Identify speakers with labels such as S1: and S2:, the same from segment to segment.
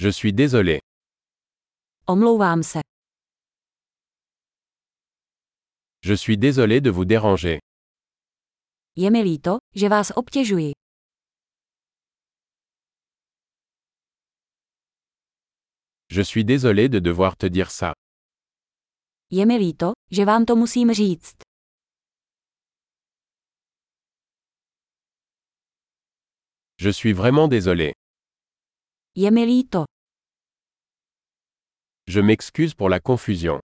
S1: Je suis désolé.
S2: Omlouvám se.
S1: Je suis désolé de vous déranger.
S2: Je mi líto, že vás obtěžuji.
S1: Je suis désolé de devoir te dire ça.
S2: Je mi líto, že vám to musím říct.
S1: Je suis vraiment désolé.
S2: Je mi líto.
S1: Je m'excuse pour la confusion.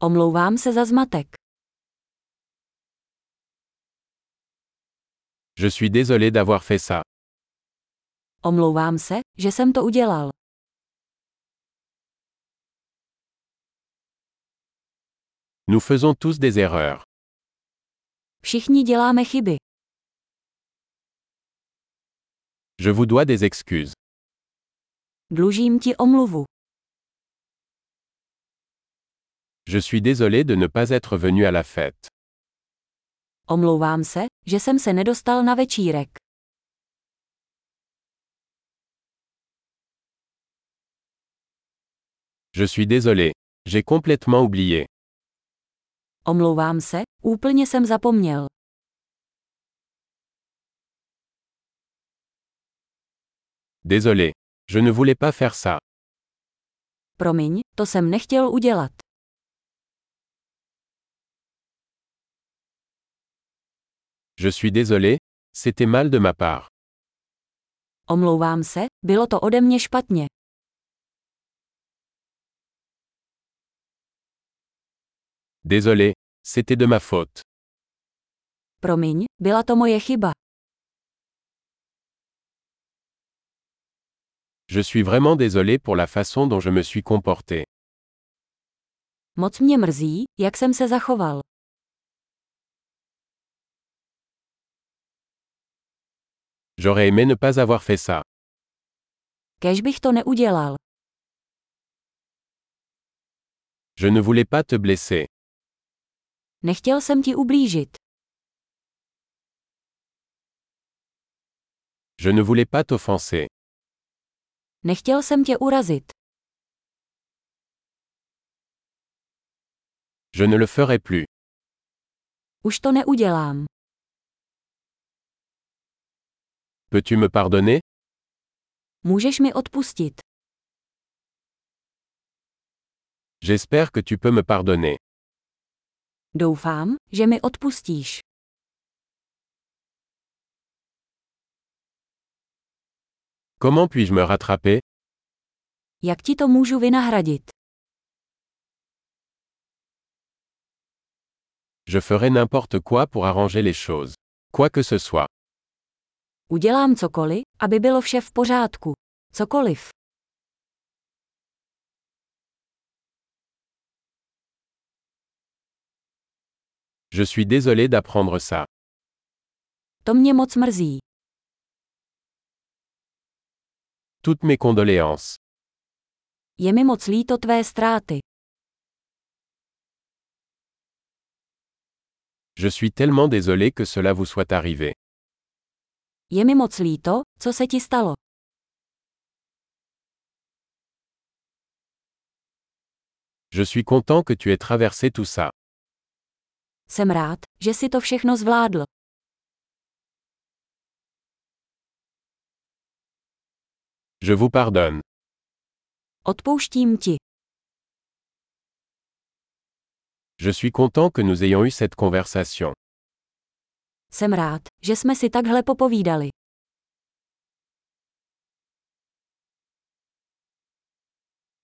S2: Omlouvám se za zmatek.
S1: Je suis désolé d'avoir fait ça.
S2: Omlouvám se, že jsem to udělal.
S1: Nous faisons tous des erreurs.
S2: Všichni děláme chyby.
S1: Je vous dois des excuses.
S2: Dlužím ti omluvu.
S1: Je suis désolé de ne pas être venu à la fête.
S2: Omlouvám se, že jsem se nedostal na večírek.
S1: Je suis désolé. J'ai complètement oublié.
S2: Omlouvám se, úplně jsem zapomněl.
S1: Désolé. Je ne voulais pas faire ça.
S2: Promiň, to jsem nechtěl udělat.
S1: Je suis désolé. C'était mal de ma part.
S2: Omlouvám se, bylo to ode mě špatně.
S1: Désolé. C'était de ma faute.
S2: Promiň, byla to moje chyba.
S1: Je suis vraiment désolé pour la façon dont je me suis comporté.
S2: Moc mě mrzí, jak jsem se zachoval.
S1: J'aurais aimé ne pas avoir fait ça.
S2: Kež bych to neudělal.
S1: Je ne voulais pas te blesser.
S2: Nechtěl jsem ti ublížit.
S1: Je ne voulais pas t'offenser.
S2: Nechtěl jsem tě urazit.
S1: Je ne le ferai plus.
S2: Už to neudělám.
S1: Peux-tu me pardonner
S2: Můžeš mi odpustit.
S1: J'espère que tu peux me pardonner.
S2: Doufám, že mi odpustíš.
S1: Comment puis-je me rattraper
S2: Jak ti to můžu vynahradit?
S1: Je ferai n'importe quoi pour arranger les choses. Quoi que ce soit.
S2: Udělám cokoliv, aby bylo vše v pořádku. Cokoliv.
S1: Je suis désolé d'apprendre ça.
S2: To mě moc mrzí.
S1: Toutes mes condoléances.
S2: Je mi moc líto tvé ztráty.
S1: Je suis tellement désolé que cela vous soit arrivé.
S2: Je mi moc líto, co se ti stalo.
S1: Je suis content que tu aies traversé tout ça.
S2: Jsem rád, že si to všechno zvládl.
S1: Je vous pardonne.
S2: Odpouštím ti.
S1: Je suis content que nous ayons eu cette conversation.
S2: Jsem rád, že jsme si takhle popovídali.